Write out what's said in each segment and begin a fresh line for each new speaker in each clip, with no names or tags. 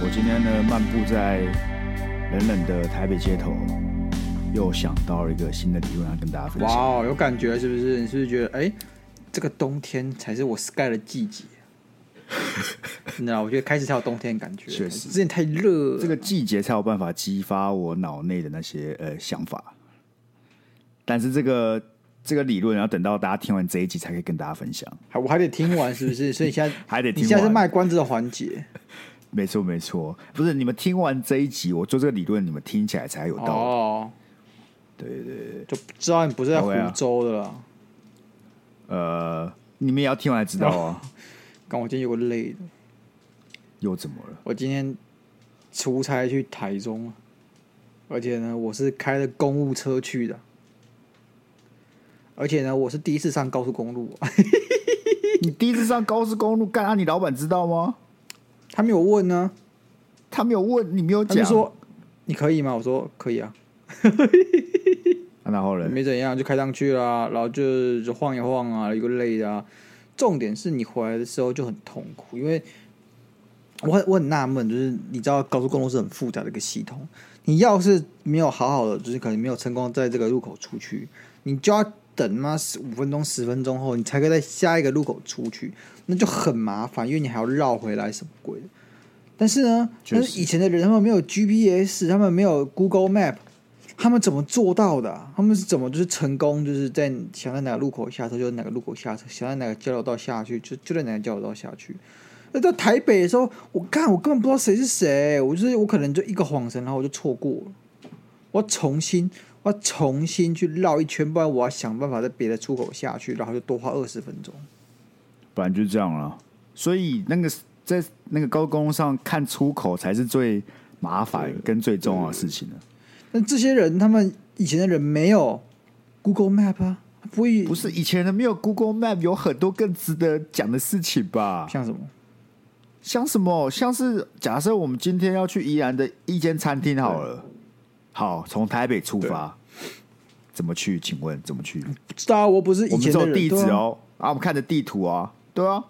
我今天呢，漫步在冷冷的台北街头，又想到了一个新的理论要跟大家分
哇
享。
哦，有感觉是不是？你是不是觉得，哎、这个冬天才是我 Sky 的季 节？真的啊，我觉得开始才有冬天的感觉。
确实
之前太热了。
这个季节才有办法激发我脑内的那些呃想法，但是这个这个理论要等到大家听完这一集才可以跟大家分享。
还我还得听完，是不 是？所以现在
还得听完
你现在是卖关子的环节。
没错，没错，不是你们听完这一集，我做这个理论，你们听起来才有道理。
哦，对哦对对，就知道你不是在湖
OK 啊
州的了。
呃，你们也要听完才知道啊，
刚、我今天有个累的，
又怎么了？
我今天出差去台中了，而且呢，我是开了公务车去的，而且呢，我是第一次上高速公路，啊
你第一次上高速公路干啊？你老板知道吗？
他没有问呢、
他没有问，你没有
他就
讲。
说你可以吗？我说可以啊，
啊然后呢？
没怎样，就开上去啦，然后就就晃一晃啊，有个累的啊。重点是你回来的时候就很痛苦，因为我很我很纳闷，就是你知道高速公路是很复杂的一个系统，你要是没有好好的，就是可能没有成功在这个路口出去，你就要等妈十五分钟、十分钟后，你才可以在下一个路口出去，那就很麻烦，因为你还要绕回来什么鬼的。但是呢，
确
但
实
是以前的人他们没有 GPS，他们没有 Google Map，他们怎么做到的啊、他们是怎么就是成功，就是在想在哪个路口下车就在哪个路口下车，想在哪个交流道下去就就在哪个交流道下去。那到台北的时候，我看我根本不知道谁是谁，我就是我可能就一个晃神，然后我就错过了。我要重新，我要重新去绕一圈，不然我要想办法在别的出口下去，然后就多花二十分钟。
本来就这样了。所以那个在那个高速公路上看出口才是最麻烦跟最重要的事情呢。
但这些人，他们以前的人没有 Google Map 啊，他不会
不是以前的没有 Google Map，有很多更值得讲的事情吧？
像什么？
像什么？像是假设我们今天要去宜兰的一间餐厅好了，好，从台北出发，怎么去？请问怎么去？
不知道，我不是
我
以
们
前
只
的
有
人。
地址
对啊，
哦，啊，我们看着地图啊，对啊。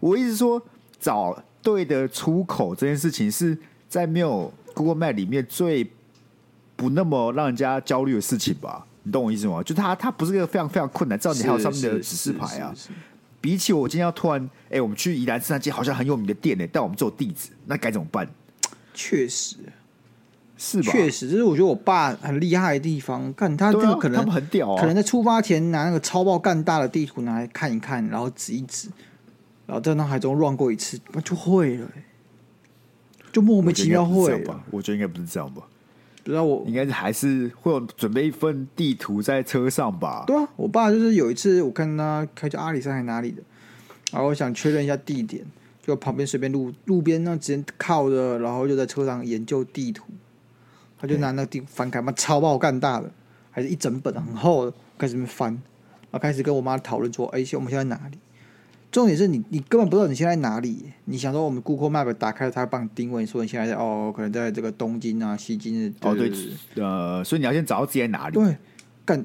我一直说找对的出口这件事情是在没有 Google Map 里面最不那么让人家焦虑的事情吧？你懂我意思吗？就它它不是个非常非常困难，至少你还有上面的
是
指示牌啊。
是是是
比起我今天要突然，哎、我们去宜兰圣诞街好像很有名的店呢、但我们只有地址，那该怎么办？
确实，
是吧？
确实，这是我觉得我爸很厉害的地方。看他这
对啊
个可能、
他们很屌啊
可能在出发前拿那个超爆干大的地图拿来看一看，然后指一指，然后在脑海中乱过一次，那就会了、欸就莫名其妙
我觉
会
得应该不是这样
了
吧。？我觉得应该不是这样吧？
不知道我
应该是还是会有准备一份地图在车上吧？
对啊，我爸就是有一次我看他开去阿里山还哪里的，然后我想确认一下地点，就旁边随便路路边那直接靠着，然后就在车上研究地图，他就拿那个地图翻开，妈超爆干大的，还是一整本啊很厚的，开始在那边翻，然后开始跟我妈讨论说，哎、现我们现在在哪里？重点是你，你根本不知道你现在在哪里耶。你想说我们 Google Map 打开，它帮你定位，说你现在在哦，可能在这个东京啊、西京的
哦，对，呃，所以你要先找到自己在哪里。
对，干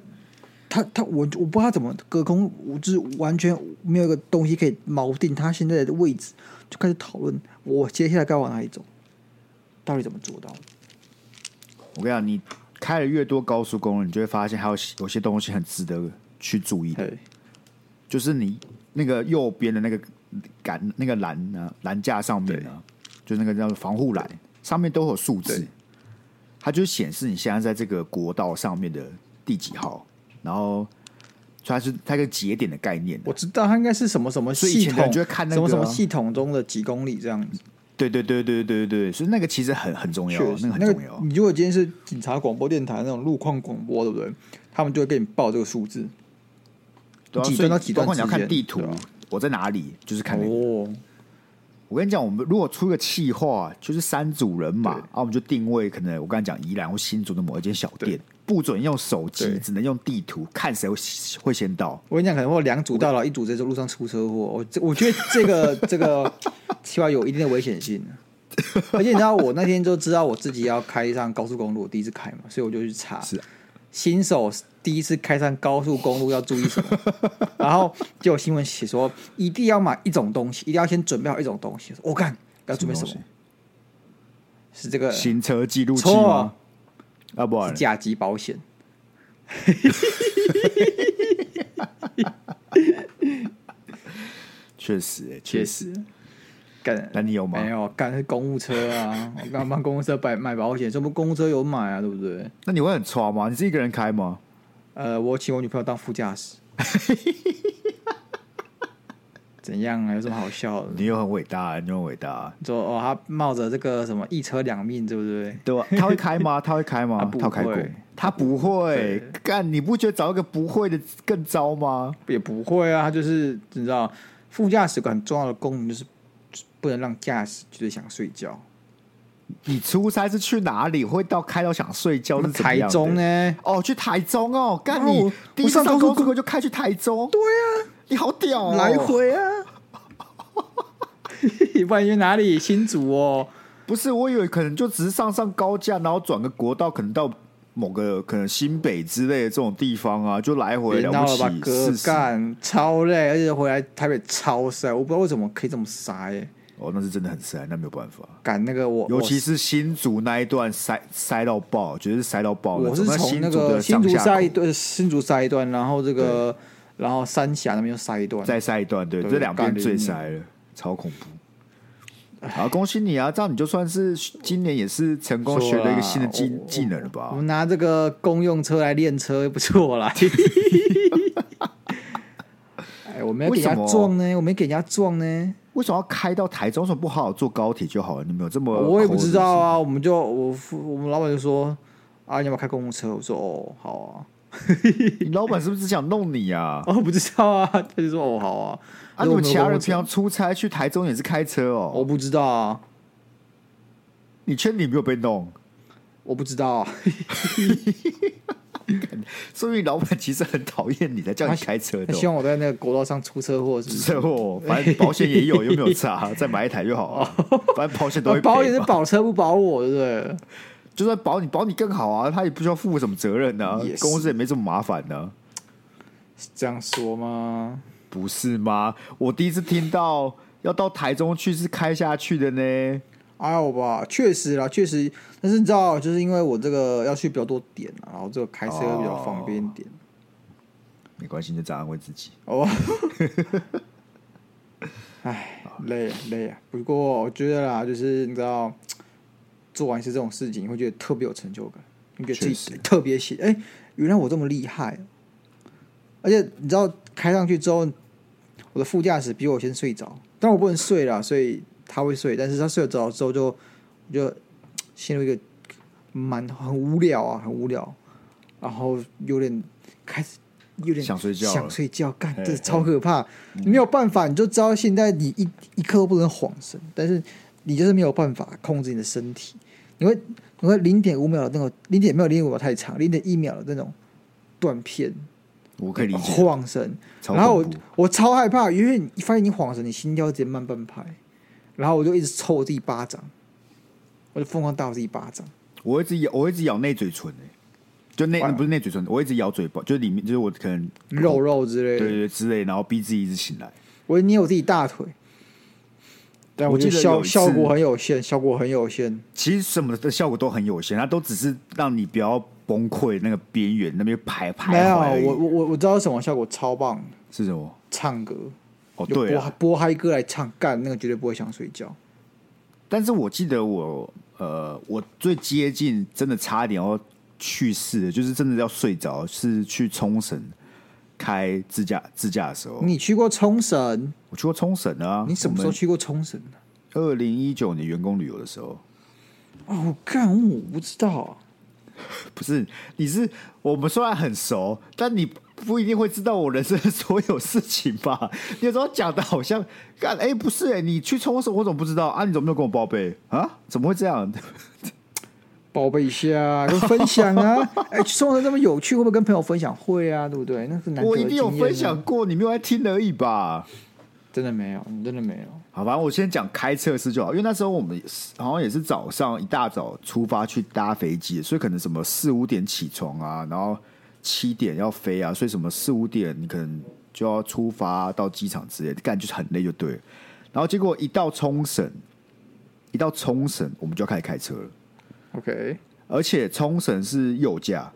他他我我不知道他怎么隔空，我就是完全没有一个东西可以锚定他现在的位置，就开始讨论我接下来该往哪里走，到底怎么做到的？
我跟你讲，你开了越多高速公路，你就会发现还有有些东西很值得去注意的，
对，
就是你那个右边的那个杆、那个栏呢、栏架上面呢、啊就那个叫防护栏，上面都有数字
对，
它就显示你现在在这个国道上面的第几号，然后所以它是它一个节点的概念啊、
我知道他应该是什么什么
所以以
系
前的人
统，
就会看那
什么
个
什么
啊
系统中的几公里这样子，
对对对对对对对，所以那个其实很很重要
确，
那
实
个很
那
重
个
要。啊
你如果今天是警察广播电台那种路况广播，对不对？他们就会给你报这个数字
对啊，
几
所以
段到几段
包括你要
之
看
间
地图
对啊，
我在哪里，就是看那个。
哦，
我跟你讲，我们如果出个气划，就是三组人马，啊，我们就定位可能我刚才讲宜兰或新竹的某一间小店，不准用手机，
对
只能用地图，看谁会会先到。
我跟你讲，可能会有两组到了，一组在这路上出车祸。我这我觉得这个 这个计划有一定的危险性。啊而且你知道，我那天就知道我自己要开上高速公路，我第一次开嘛，所以我就去查。
是
新手第一次开上高速公路要注意 什么，然后就有新闻写说一定要买一种东西，一定要先准备好一种东西。我、看要准备什么？
什么
是这个
行车记录器
错哦
吗？，啊，不然
是
嘞，
甲级保险。
确实、欸，确实。
实，干
那你有吗
没？有干是公务车啊，我刚帮公务车买买保险，这不公务车有买啊，对不对？
那你会很抓吗？你是一个人开吗？
呃，我请我女朋友当副驾驶，怎样啊？有什么好笑的？
你又很伟大、你又很伟大、啊，
你说哦，他冒着这个什么一车两命，对不对？啊
对吧？他会开吗？ 他会开
他
吗？
不
他有开过
会？
他不会。干，你不觉得找一个不会的更糟吗？
也不会啊，他就是你知道，副驾驶有个很重要的功能就是不能让驾驶觉得想睡觉。
你出差是去哪里？会到开到想睡觉
我
是
们
怎么
台
样的
中？呢？
哦，去台中哦，干
哦
你、
我
第一次
我上
上
高速
高速
公啊
我就开去台中，对呀、你好屌、哦，
来回啊， 不然约哪里？新竹哦，
不是，我以为可能就只是上上高架，然后转个国道，可能到某个可能新北之类的这种地方啊，就来回
别
了
闹
不
了吧
起，
哥
四十
干超累，而且回来台北超晒，我不知道为什么可以这么塞、欸。
哦，那是真的很塞，那没有办法。
赶那个我，
尤其
我
是新竹那一段塞塞到爆，绝对是塞到爆那
我
种。
是
那
从那
新竹
个
的
新
上
竹
下
塞一
口
段，新竹塞一段，然后这个然后三峡那边又塞一段，
再塞一段，对，
对
这两边
干
最
你
塞了，超恐怖。好，恭喜你啊！这样你就算是今年也是成功学了一个新的技
说啦
技能了
我
吧
们？拿这个公用车来练车不 错啦。哎，我没有给
为什
人家
么
撞呢，我没给人家撞呢，
为什么要开到台中？为什么不好好坐高铁就好了？你们有这么
我也不
抠是
知
是
道啊。我们就我父我们老板就说啊，你要不要开公务车？我说哦，好啊。
你老板是不是想弄你 啊？
哦，不知道啊，他就说哦，好啊。
啊，
可是
你
我
们
没
其
有
他
公
人
务
平
车
常出差去台中也是开车
我
哦？
不知道啊，
你确定你没有被弄？
我不知道啊。
说明老板其实很讨厌你才叫你开车
他
的
希
哦。
望我在那个国道上出车祸，是 不是？
车祸，反正保险也有，又没有差，再买一台就好 啊。反正保险都会
啊
赔
保险是
嘛
保车不保我，对不对？
就算保你保你更好啊，他也不需要负什么责任呢、啊
也，是
公司也没这么麻烦呢、
是这样说吗？
不是吗？我第一次听到要到台中去是开下去的呢，
哎呦吧，确实啦，确实。但是你知道，就是因为我这个要去比较多点啊，然后这个开车比较方便一点。
没关系，你就这样安慰自己。
哦，哎，累啊累啊！不过我觉得啦，就是你知道，做完一次这种事情，你会觉得特别有成就感，你给自
确
己
实
特别喜，哎、原来我这么厉害。啊而且你知道，开上去之后，我的副驾驶比我先睡着，但我不能睡啦，所以他会睡，但是他睡着之后就我就陷入一个蛮很无聊啊，很无聊，然后有点开始有点
想睡觉了
想睡觉，干
嘿嗯
这超可怕，没有办法，你就知道现在你一一刻都不能晃神，但是你就是没有办法控制你的身体，你会你会零点五秒的那种零点没有零点五秒太长，零点一秒的那种断片
我可以理解，
晃神，
超
哎哦然后
恐
我
怖。
我超害怕，因为你发现你晃神，你心跳直接慢半拍，然后我就一直抽我自己巴掌，我就疯狂打我自己巴掌。
我一直咬，我一直咬内嘴唇诶、就内
哇
不是内嘴唇，我一直咬嘴巴，就是里面就是我可能
肉肉之类
对
的。
对对之类，然后逼自己一直醒来。
我捏我自己大腿，但
我
觉得
记得
效
有一次
效果很有限，效果很有限。
其实什么的效果都很有限，它都只是让你不要崩溃那个边缘那边徘徊。
没有，
徘徊
我我我我知道什么效果超棒，
是什么？
唱歌，
哦，
有
对
播
啊，哦
播嗨歌来唱，干那个绝对不会想睡觉。
但是我记得我呃，我最接近真的差点要去世的，就是真的要睡着，是去冲绳开自驾自驾的时候，
你去过冲绳？
我去过冲绳啊。
你什么时候去过冲绳啊
我们？二零一九年员工旅游的时候，
哦，干我不知道啊，
不是你是我们虽然很熟，但你不一定会知道我人生的所有事情吧？你有时候讲的好像干哎、不是哎、你去冲绳我怎么不知道啊？你怎么没有跟我报备啊？怎么会这样？
报备一下，跟分享啊。 哎、去冲绳这么有趣，会不会跟朋友分享？会啊，对不对？那是难得的
我一定有
经验啊
分享过，你没有来听而已吧？
真的没有，你真的没有。
好，反正我先讲开车的事就好，因为那时候我们好像也是早上一大早出发去搭飞机，所以可能什么四五点起床啊，然后七点要飞啊，所以什么四五点你可能就要出发到机场之类的，干就是很累就对了。然后结果一到冲绳，一到冲绳我们就要开始开车了，
OK，
而且冲绳是右驾，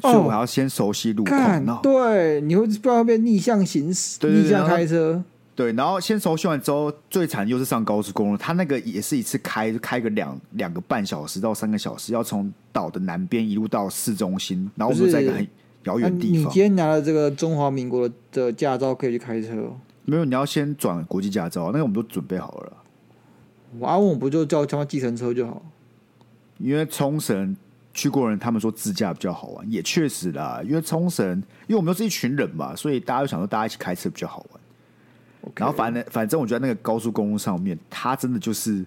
所以我还要先熟悉路况。
看
然后，
对，你会不知道被逆向行驶、
对对对
逆向开车，
对，然后先熟悉完之后，最惨又是上高速公路，他那个也是一次开开个两两个半小时到三个小时，要从岛的南边一路到市中心，然后我
不
们
是
在一个很遥
那
远的
啊你
地
今
方。
天拿了这个中华民国的的驾照，可以去开车哦。
没有，你要先转国际驾照，那个我们都准备好了，
阿问我不就叫他妈计程车就好？
因为冲绳去过的人他们说自驾比较好玩，也确实啦，因为冲绳，因为我们都是一群人嘛，所以大家就想说大家一起开车比较好玩。然后反正反正我觉得那个高速公路上面，它真的就是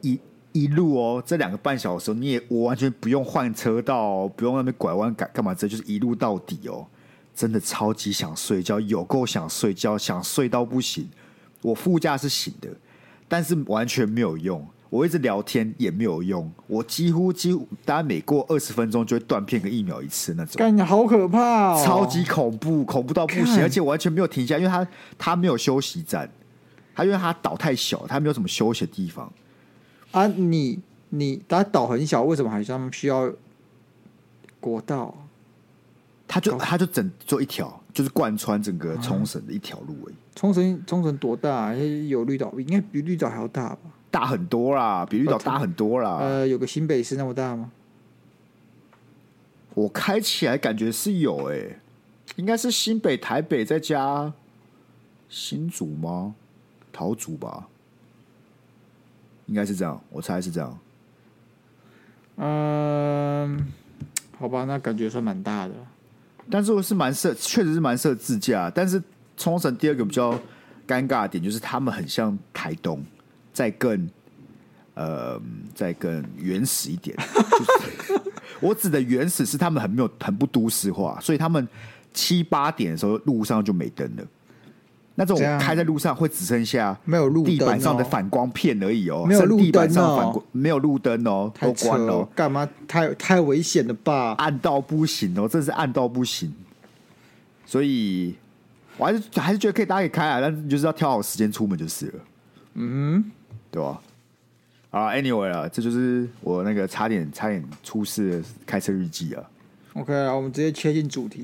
一一路哦，这两个半小时你也我完全不用换车道哦、不用那边拐弯干干嘛，这就是一路到底哦，真的超级想睡觉，有够想睡觉，想睡到不行。我副驾是醒的，但是完全没有用。我一直聊天也没有用，我几乎几乎大家每过二十分钟就会断片个一秒一次那种。
干你好可怕哦！
超级恐怖，恐怖到不行，
干
而且完全没有停下，因为它它没有休息站，它因为它岛太小，它没有什么休息的地方。
啊！你你他岛很小，为什么还需要需要国道啊？
它就
哦
它就整做一条，就是贯穿整个冲绳的一条路而已，
冲绳冲绳多大、啊？有绿岛，应该比绿岛还要大吧？
大很多啦，比绿岛大很多啦。
呃，有个新北市那么大吗？
我开起来感觉是有诶、应该是新北、台北再加新竹吗？桃竹吧，应该是这样，我猜是这样。
嗯，好吧，那感觉算蛮大的。
但是我是蛮适，确实是蛮适合自驾。但是冲绳第二个比较尴尬的点就是，他们很像台东，再更呃，再更原始一点。就是、 我指的原始是他们很没有很不都市化，所以他们七八点的时候路上就没灯了。那种
这样
开在路上会只剩下
没有路灯
地
哦
板上的反光片而已哦，
没有路灯哦
剩地板上的反光没有路灯哦，
太
都
扯
关了哦
了，，干嘛？太太危险了吧？
暗到不行哦，真是暗到不行。所以我还是还是觉得可以，大家可以开啊，但是你就是要挑好时间出门就是了。嗯，对吧？啊，anyway 了，这就是我那个差点差点出事的开车日记啊。
OK 啊，我们直接切进主题。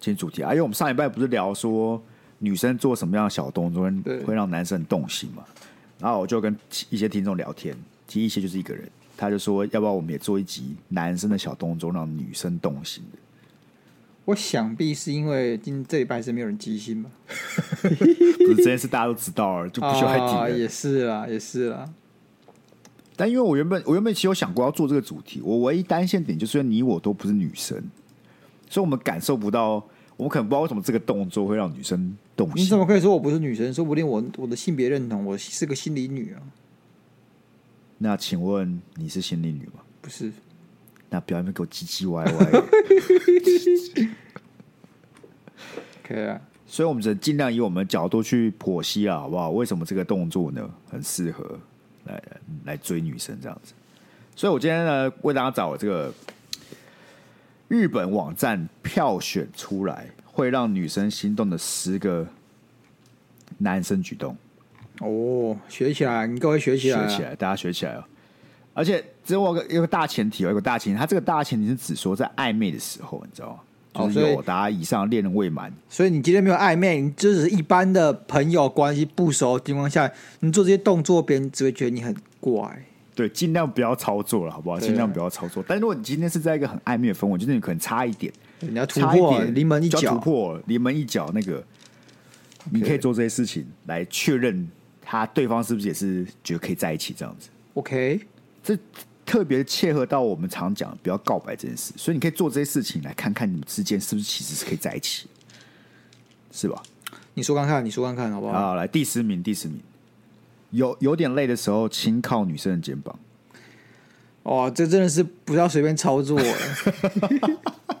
今天主题啊，因为我们上礼拜不是聊说女生做什么样的小动作
对
会让男生很动心嘛？然后我就跟一些听众聊天，其实一些就是一个人，他就说要不要我们也做一集男生的小动作让女生动心的。
我想必是因为今这礼拜是没有人集薪嘛，
不是这件事大家都知道了，就不需要再提了。
啊，也是啦，也是啊啦。
但因为我原本我原本其实有想过要做这个主题，我唯一担心的点就是你我都不是女生，所以我们感受不到，我们可能不知道为什么这个动作会让女生动
你怎
心。
么可以说我不是女生？说不定我我的性别认同，我是个心理女啊，
那请问你是心理女吗？
不是？
那不要在那边给我唧唧歪歪。
OK 啊，
所以我们只能尽量以我们的角度去剖析啊，好不好？为什么这个动作呢很适合来来追女生这样子？所以我今天呢为大家找这个日本网站票选出来会让女生心动的十个男生举动，
哦，学起来，你各位学起
学
来啊，
起来，大家学起来哦。而且只有个有个大前提哦，有个大前提，它这个大前提是只说在暧昧的时候，你知道吗？
哦
就是
所以
有达以上恋人未满，
所以你今天没有暧昧，你就只是一般的朋友关系不熟的情况下，你做这些动作，别人只会觉得你很怪。
对，尽量不要操作了，好不好？
对啊
尽量不要操作。但如果你今天是在一个很暧昧的氛围，就是你可能差一点，
你要突
差一
破
点
临门一
就要突
脚，
破临门一脚，那个你可以做这些事情来确认他对方是不是也是觉得可以在一起这样子。
OK，
这特别切合到我们常讲不要告白这件事，所以你可以做这些事情来看看你们之间是不是其实是可以在一起，是吧？
你说看看，你说看看好不好？
好，来第十名，第十名，有有点累的时候轻靠女生的肩膀。
哦，这真的是不要随便操作。哎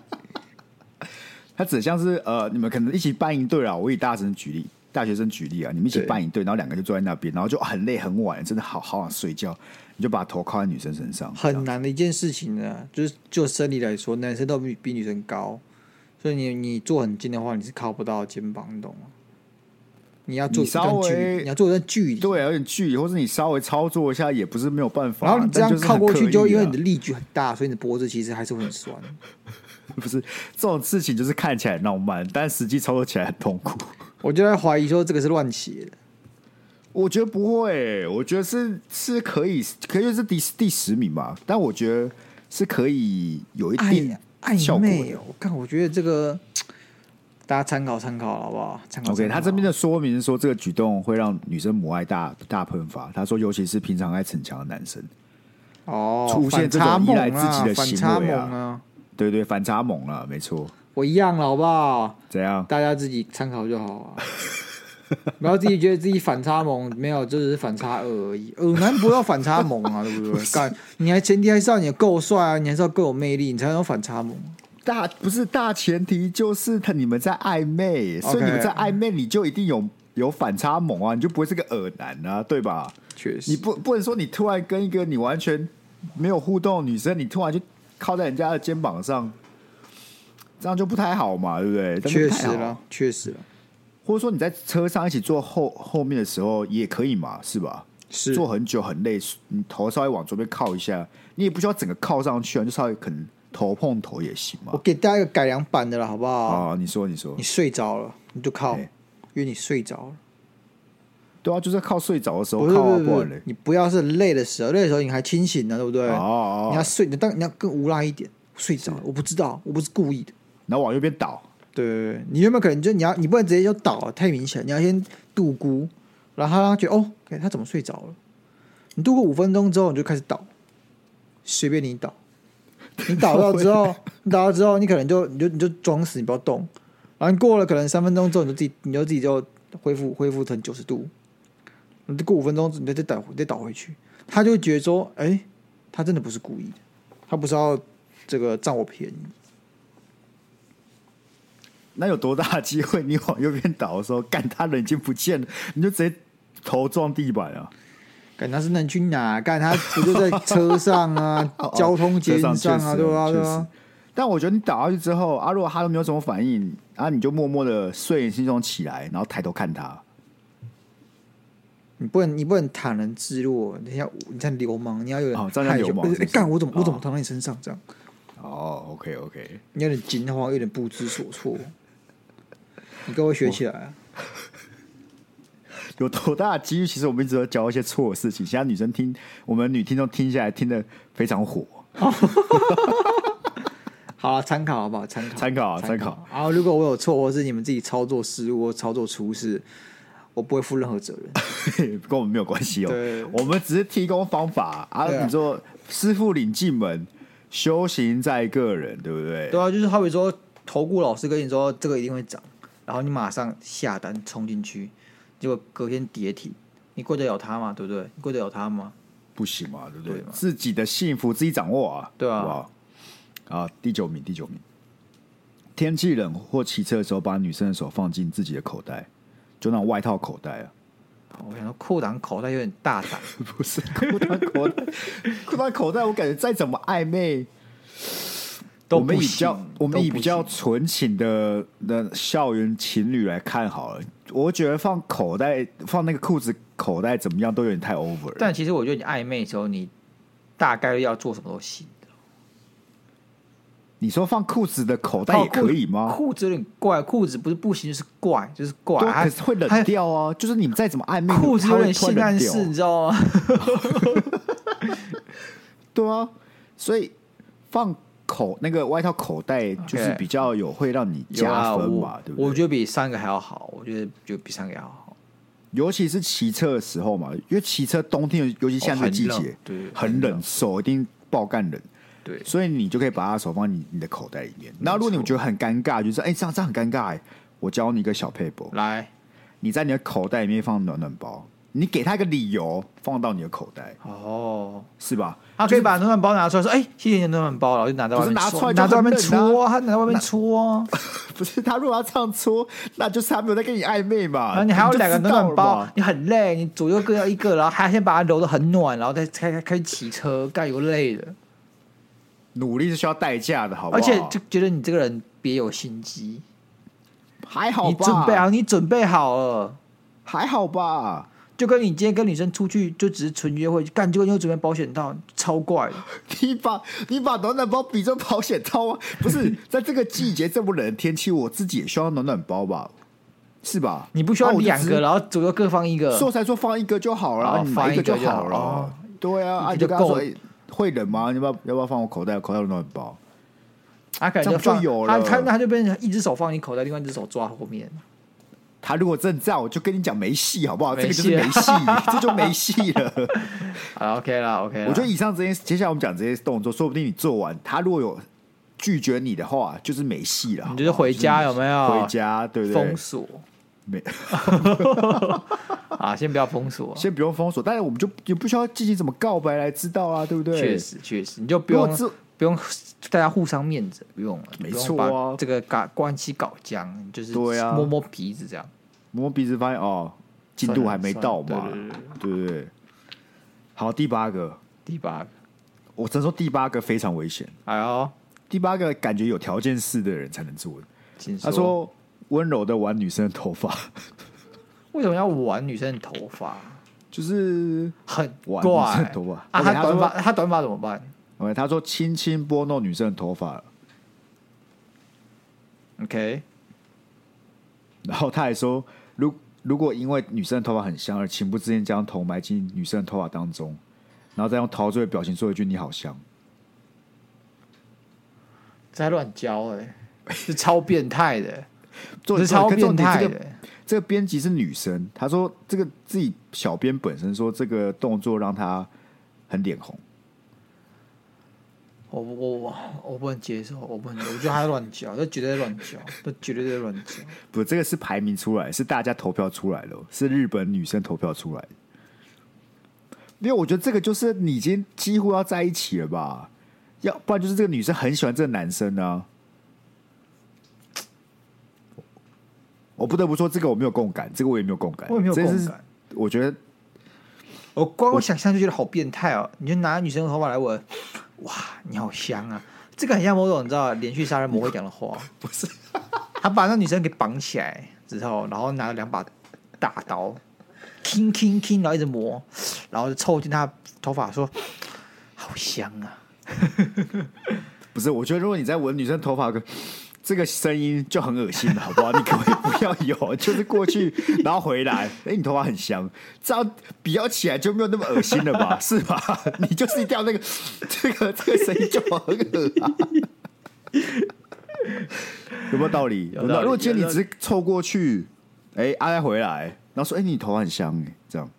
他指向是呃，你们可能一起办一队啦。我以大神举例，大学生举例啊，你们一起
对
办一队，然后两个就坐在那边，然后就很累很晚，真的好好想睡觉，你就把头靠在女生身上，这
很
样
难的一件事情呢、就是就生理来说，男生都比比女生高，所以你你坐很近的话，你是靠不到肩膀，你懂吗？你要做
你
一段距
稍微
离，你要做一段距离，
对啊，有点距离，或是你稍微操作一下也不是没有办法啊。
然后你这
但就
样
是很
靠过去，
刻意
就因为
啊
你的力矩很大，所以你的脖子其实还是会很酸。
不是这种事情，就是看起来很浪漫，但实际操作起来很痛苦。
我就在怀疑说这个是乱写的，
我觉得不会欸、我觉得是是可以，可以就是第第十名吧。但我觉得是可以有一定啊
暧暧
效果
昧
的
哦。。我看，我觉得这个大家参考参考好不好？参考参
OK，
考。
他这边的说明是说，这个举动会让女生母爱大大喷发。他说，尤其是平常爱逞强的男生，
哦，
出现这种
反差
依赖
萌啊
自己的
反
行
差
为
萌
啊
啊，
对对，反差萌了，没错。
我一样了，好不好？
怎样？
大家自己参考就好啊。 不要自己觉得自己反差萌，没有，就只是反差恶而 已。恶男呃不要反差萌啊， 对不对？干，你还前提还是要你够帅啊，你还是要够有魅力，你才能有反差萌。
大不是大前提就是他你们在暧昧，所以
OK
你们在暧昧，你就一定有有反差萌啊，你就不会是个恶男啊，对吧？
确
你
实，
不不能说你突然跟一个你完全没有互动的女生，你突然就靠在人家的肩膀上，这样就不太好嘛，对不对？这
确
样就不
实
太好
了，，确实了，
或者说你在车上一起坐后后面的时候也可以嘛，是吧？
是
坐很久很累，你头稍微往左边靠一下，你也不需要整个靠上去啊，你就稍微可能头碰头也行嘛
我。给大家一个改良版的了，好不好？
啊，你说你说
哦你，睡着了，你就靠，因
哎
为你睡着了。
对啊，就是靠睡着的时候
不是
靠啊，
不是
不
不
然
是
嘞，。
你不要是累的时候，累的时候你还清醒呢，对不对？
哦哦
你要，睡，你当你要更无赖一点，睡着了，我不知道，我不是故意的。
然后往右边倒，
对对对，你有没有可能就你要你不能直接就倒了，太明显，你要先度估，然后他觉得哦，哎他怎么睡着了？你度过五分钟之后，你就开始倒，随便你倒。你倒到之后，你倒到之后，你可能就你就你就装死，你不要动。然后你过了可能三分钟之后，你就自己你就自己就恢复恢复成九十度。你过五分钟，你再再倒再倒回去，他就会觉得说，哎、他真的不是故意的，他不是要这个占我便宜。
那有多大的机会？ 你往右边倒的时候，干他人已经不见了，你就直接头撞地板啊！
干他是能去哪？干他不就在车上啊
哦，
交通捷
车
运
确
上
实
啊，对吧？对
确实
吧？。
但我觉得你倒下去之后，啊，如果他都没有什么反应，啊，你就默默的睡眼惺忪起来，然后抬头看他。
你不能，你不能坦然自若，你要你像流氓，你要有
哦
点
这样叫
害羞。
流氓
不
是
是哎
不是
干我怎么我怎么
哦
躺在你身上这样？
哦，OK OK，
你有点惊慌，有点不知所措。你跟我学起来啊！
有多大的机遇？其实我们一直都教一些错的事情，现在女生听我们女听众听下来听的非常火。
好了，参考好不好？参考，
参考 啊参
考。然后如果我有错，或是你们自己操作失误、或操作出事，我不会负任何责任。
跟我们没有关系
对
哦，我们只是提供方法啊。
对啊
你说师傅领进门，修行在个人，对不对？
对啊，就是好比说投顾老师跟你说这个一定会涨，然后你马上下单冲进去，结果隔天跌停，你过得了他吗？对不对？你过得了他吗？
不行嘛，对不对？
对嘛
自己的幸福自己掌握啊，
对啊
好不好？啊，第九名，第九名。天气冷或骑车的时候，把女生的手放进自己的口袋，就那种外套口 袋啊，
我想说裤裆口袋有点大胆，
不是裤裆口 袋，裤裆口袋，我感觉再怎么暧昧，
都
我们
不
以比
行
较我们以比较
都不行
纯情的的校园情侣来看好了，我觉得放口袋放那个裤子口袋怎么样都有点太 over 了。
但其实我觉得你暧昧的时候，你大概率要做什么都行。
你说放裤子的口袋也可以吗？
哦裤子有点怪，裤子不是不行，就是怪，就是怪。
对，
它
可是会冷
它
掉啊。就是你们再怎么暧昧，
裤子
它
有
会
点
突然
性
冷
暗
掉啊
示，你知道吗？
对啊。所以放口那个外套口袋就是比较有会让你
有啊
加分
我
嘛，对不
我
对？
觉得比上个还要好，我觉得就比上个还要好。
尤其是骑车的时候嘛，因为骑车冬天，尤其现在这个季
哦很
节
冷，对
很
很
冷，
冷
手一定爆干冷，
对，
所以你就可以把他手放你你的口袋里面。然后如果你们
错
觉得很尴尬，就是哎、这样这样很尴尬、哎，我教你一个小 paper，
来，
你在你的口袋里面放暖暖包，你给他一个理由放到你的口袋，
哦，
是吧？
他可以把暖暖包拿出来说：“哎，谢谢你的暖暖包。”然后就拿在外面
不是拿出
搓，
来就
拿
很
在外面
冷啊
搓啊，他拿在外面搓啊。
不是他如果要唱错，那就是他没有在跟你暧昧嘛。
啊然后你还有
就
两个
知道
暖暖
了
包
嘛，，
你很累，你左右各要一个，然后还先把它揉得很暖，然后再开开开始骑车，干有累的，
努力是需要代价的，好不好？
而且就觉得你这个人别有心机，
还好
你啊准备
吧，
好，你准备好了，
还好吧。
就跟你今天跟女生出去就只是纯约会，干结果你又准备保险套，超怪的。
你把你把暖暖包比作保险套啊？不 是，在这个季节这么冷的天气，我自己也需要暖暖包吧？是吧？
你不需要
那哦我就
两
只
个，
是
然后左右各放一个，
说才说放一个就好了，
哦
你
放
买
一
个
个就
好
好
了。
哦
对啊，啊
一个
你就
就
跟他说
够了
哎会冷吗？你要不要要不要放我口袋？口袋有暖暖包。
他啊可能
这样就
放
有
他
了
他他就变成一只手放你口袋，另外一只手抓后面。
他如果真这样，我就跟你讲没戏，好不好？这
没
个就
戏啊
是
了
没 戏，这就没戏了。
好，OK 啦，OK 啦。
我觉得以上这些，接下来我们讲这些动作，说不定你做完，他如果有拒绝你的话，就是没戏了。好
你
不
就是
好
回家有没有？
回家，对不对
封？锁
没，
啊，先不要封锁，
先不用封锁，但是我们就也不需要进行什么告白来知道啊，对不对？
确，实确实，你就不
如果
用
这
不用大家互相面子，不用了，
没
不用
错
把
啊
这个搞关系搞僵，你就是
对啊
摸摸鼻子这样。
摸鼻子发现哦，进度还没到
算
嘛
了，算了对对对
对不对？好，第八个，
第八个，
我只能说第八个非常危险，
哎呦，
第八个感觉有条件式的人才能做的。
请
他说温柔的玩女生的头发，
为什么要玩女生的头发？
就是
很
玩
怪
女生的头发
啊！
而且
他
他
短
说
发，他短发怎么办？
OK，他说轻轻拨弄女生的头发，
OK，
然后他还说，如如果因为女生的头发很香而情不自禁将头埋进女生的头发当中，然后再用陶醉的表情说一句“你好香
在乱教 哎、是超变态的，”，
做
是超变态
这
的
个。这个编辑是女生，她说这个自己小编本身说这个动作让她很脸红，
我我我我不能接受，我不能，我觉得他在乱教，这绝对在乱教，这绝对在乱教。
不，这个是排名出来，是大家投票出来的哦，是日本女生投票出来的。因为我觉得这个就是你已经几乎要在一起了吧，要不然就是这个女生很喜欢这个男生啊呢、我不得不说，这个我没有共感，这个我也没有共感，
我也没有共感
这是我觉得
我光我想象就觉得好变态哦！你就拿女生的头发来闻，哇，你好香啊！这个很像某种你知道连续杀人魔会讲的话，
不是
他把那女生给绑起来之后，然后拿了两把大刀，听听听，然后一直磨，然后就凑近她头发说：“好香啊
不是，我觉得如果你在闻女生头发，这个声音就很恶心了，好不好？你可不可以不要有？就是过去， 然后回来，哎、你头发很香，这样比较起来就没有那么恶心了吧？是吧？你就是一定要那个这个这个声音就很恶啊。有没有道理？有
有道理
没有道理如果今天
有
你
道理
只是凑过去，哎、阿呆回来，然后说，哎、你头发很香、哎，这样。！”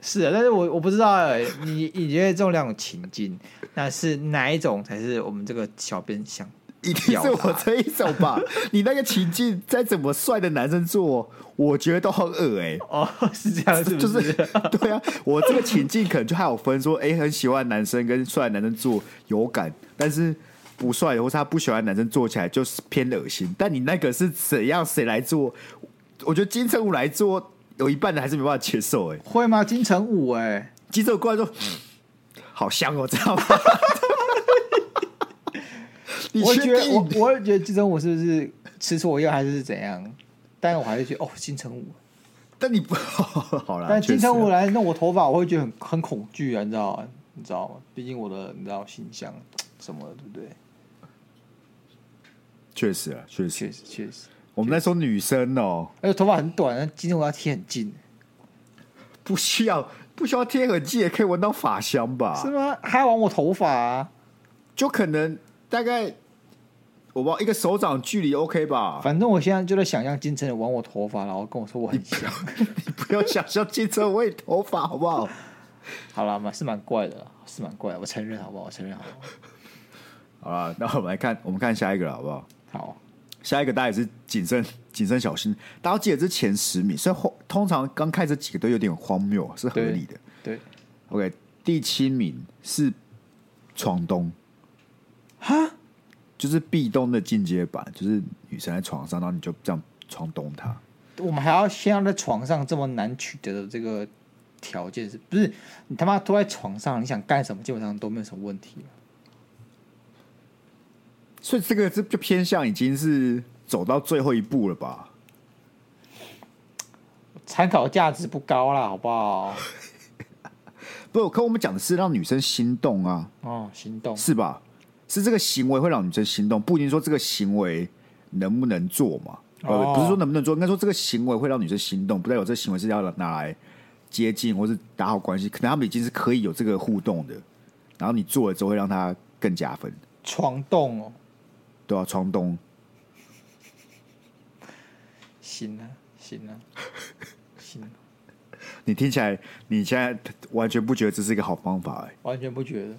是啊，但是我我不知道哎、你你觉得这种两种情境， 那是哪一种才是我们这个小编想
一定是我这一种 吧？你那个情境，再怎么帅的男生做，我觉得都很恶哎、
哦？ 是这样，是不？
就是是 对啊，我这个情境可能就还有分说，哎、很喜欢男生跟帅的男生做有感，但是不帅的或是他不喜欢的男生做起来就是偏恶心。但你那个是怎样谁来做？我觉得金城武来做，有一半的还是没办法接受、哎，
会吗？金城武哎、
金城武过来说，好香哦，知道吗？ 你
我
确
觉得
定
我我也觉得金城武是不是吃错药还是怎样？但我还是觉得哦，金城武。
但你不 好了，
但金城武
来，
来弄我头发，我会觉得很很恐惧啊，你知道吗？你知道吗？毕竟我的你知道形象什么的，对不对？
确实啊，确实
确，实确实，
我们在说女生哦、
而且头发很短，那金城武要贴很近，
不需要不需要贴合剂也可以闻到发香吧？
是吗？还要玩我头发啊？
就可能大概我不知道一个手掌距离 OK 吧，
反正我现在就在想象金城武玩我头发，然后跟我说我很像。
不要想象金城武的头发好不好？
好啦，蛮是蛮怪的啦，是蛮怪的，我承认好不好？我承认好不好？
好了，那我们来看，我们看下一个了好不好？
好，
下一个大家也是谨慎谨慎小心。大家要记得这前十名，所以后通常刚开这几个都有点荒谬，是合理的。
对，
OK，第七名是闯东，
哈，
就是壁咚的进阶版，就是女生在床上，然后你就这样闯咚她。
我们还要先要在床上这么难取得的这个条件是不是？你他妈都在床上，你想干什么基本上都没有什么问题了
所以这个这就偏向已经是走到最后一步了吧？
参考价值不高啦，好不好？
不，可我们讲的是让女生心动啊，
哦，行动，
是吧？是这个行为会让女生心动，不一定说这个行为能不能做嘛？
哦
呃，不是说能不能做，应该说这个行为会让女生心动，不代表这个行为是要拿来接近或是打好关系，可能他们已经是可以有这个互动的，然后你做了之后会让她更加分，
床动哦，
对啊，床东。
行啊，行啊，行啊，
你听起来，你现在完全不觉得这是一个好方法、欸，
完全不觉得。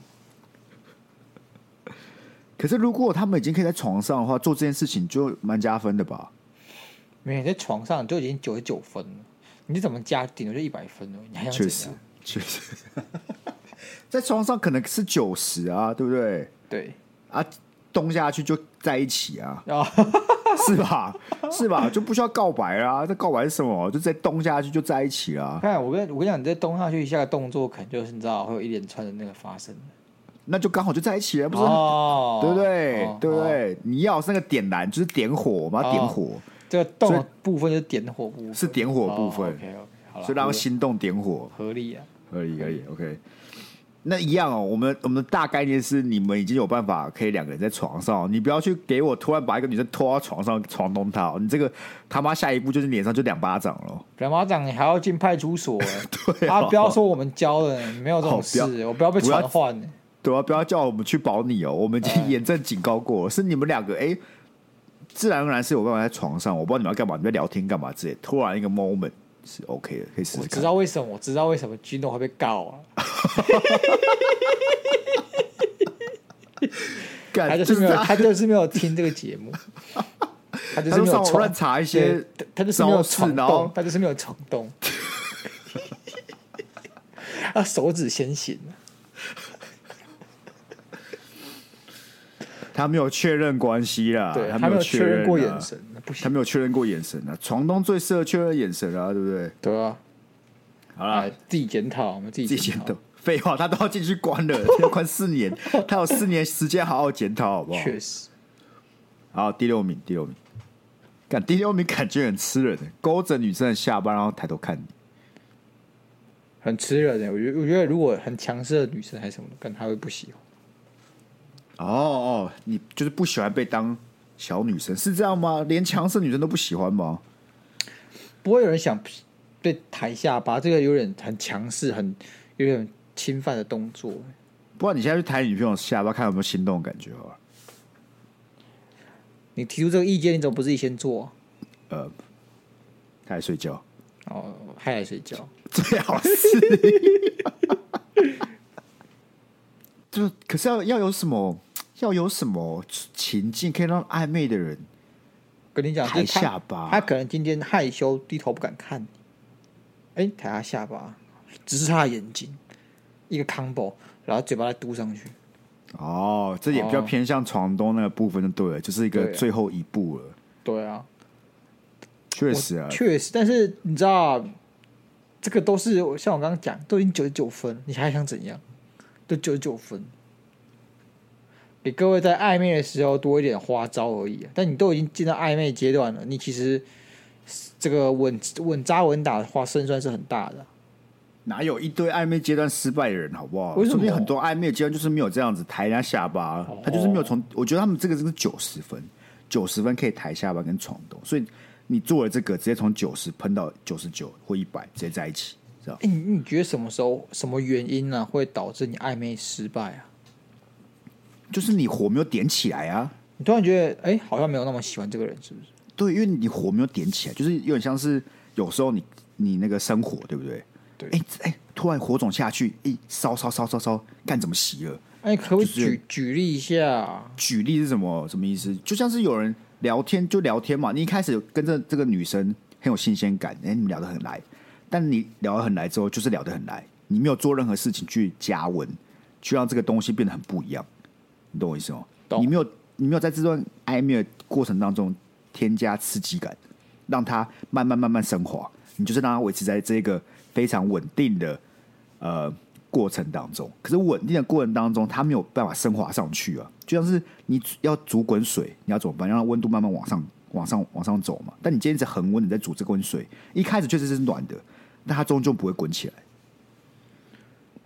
可是如果他们已经可以在床上的话，做这件事情就蛮加分的吧？
没有你在床上就已经九十九分了，你怎么加顶多就一百分了？你还想
确
怎
实
样？，
确实， 在床上可能是九十啊，对不对？
对，
啊，咚下去就在一起啊，
然后
是吧？是吧？就不需要告白啊，这告白是什么？就再咚下去就在一起啊，
看我跟我跟你讲，你再动下去，下个动作可能就是你知道会有一连串的那个发生，
那就刚好就在一起了，不是？
哦，
对不对？
哦
对不？
哦
对？你要是那个点燃，就是点火，我们要点
哦
火，
这个动
所
的部分就是点火部分，
是点火部分
哦 OK OK，好了，
所以让
合
他心动点火。
合理啊，
可以可以，OK。那一样哦，我们我们的大概念是，你们已经有办法可以两个人在床上哦，你不要去给我突然把一个女生拖到床上床动她哦，你这个他妈下一步就是脸上就两巴掌了。
两巴掌你还要进派出所欸，
对
啊，不要说我们教的，没有这种
哦不要
事，我不要被
不要
传唤欸，
对啊，不要叫我们去保你哦，我们已
哎
经严正警告过了，是你们两个哎、自然而然是有办法在床上，我不知道你们要干嘛，你们在聊天干嘛之类，突然一个 moment 是 OK 的，可以试
我
试
知
看。
道为什么，我知道为什么 Gino 会被告啊，
干
他就是没有，
他
他就是没有听这个节 目，他
他
就是
就
没有
上网
冲
乱查一些
对他他就是没有
招式
冲
然后
动，他就是没有冲 动，他手指先行啊，
他没有确认啊关系啦，
对，
他
没有
确
确认过
啊
眼神，不
他
行，
没有确认过眼神啊，床东最适合确认眼神啊，对不对？
对啊，
好
啊
啦，，
自己检讨，我们自己
自己检
讨
讨，。废话，他都要进去关 了，要关四年，他有四年时间好好检讨，好不好？
确实，
好，第六名，第六名，干第六名感觉很吃人，勾着女生的下巴，然后抬头看你，
很吃人的，我觉得我觉得如果很强势的女生还是什么的，跟她会不喜欢。
哦哦，你就是不喜欢被当小女生，是这样吗？连强势女生都不喜欢吗？
不会有人想被抬下巴，这个有点很强势，很有点侵犯的动作。
不然你现在去抬女朋友下巴，看有没有心动的感觉好了。
你提出这个意见，你怎么不自己先做啊、
呃，他还睡觉，
哦，还来睡觉，
最好是。 就可是要要有什么，要有什么情境可以让暧昧的人
跟你讲，
抬
啊就是他
下巴
他可能今天害羞，低头不敢看你。哎、抬他下巴，直视他的眼睛，一个 combo，然后嘴巴再嘟上去。
哦，这也比较
哦
偏向床东那个部分就对了，就是一个
对啊
最后一步了。
对啊，
确实啊，
确实，但是你知道，这个都是像我刚刚讲，都已经九十九分，你还想怎样？都九十九分，给各位在暧昧的时候多一点花招而已、啊。但你都已经进到暧昧阶段了，你其实这个稳稳扎稳打的话，胜算是很大的啊。
哪有一堆暧昧阶段失败的人，好不好？
为什么哦
说不定很多暧昧阶段就是没有这样子抬人家下巴，他就是没有从。我觉得他们这个是九十分，九十分可以抬下巴跟床东，所以你做了这个，直接从九十喷到九十九或一百，直接在一起，知道吗？
哎、你你觉得什么时候、什么原因呢、会导致你暧昧失败啊？
就是你火没有点起来啊。
你突然觉得，哎、好像没有那么喜欢这个人，是不是？
对，因为你火没有点起来，就是有点像是有时候你你那个生火，对不对？
对
哎哎、突然火种下去，哎、烧烧烧烧烧，干怎么熄了？
哎、可不可以
就是
举举例一下啊？
举例是什么什么意思？就像是有人聊天就聊天嘛，你一开始跟着这个女生很有新鲜感，哎、你们聊得很来，但你聊得很来之后，就是聊得很来，你没有做任何事情去加温，去让这个东西变得很不一样，你懂我意思吗？
懂
你没有，你没有在这段暧昧的过程当中添加刺激感，让它慢慢慢慢升华，你就是让它维持在这个非常稳定的呃过程当中。可是稳定的过程当中，它没有办法升华上去啊，就像是你要煮滚水，你要怎么办？要让温度慢慢往上、往上、往上走嘛。但你今天是恒温，你在煮这滚水，一开始确实是暖的，但它终究不会滚起来。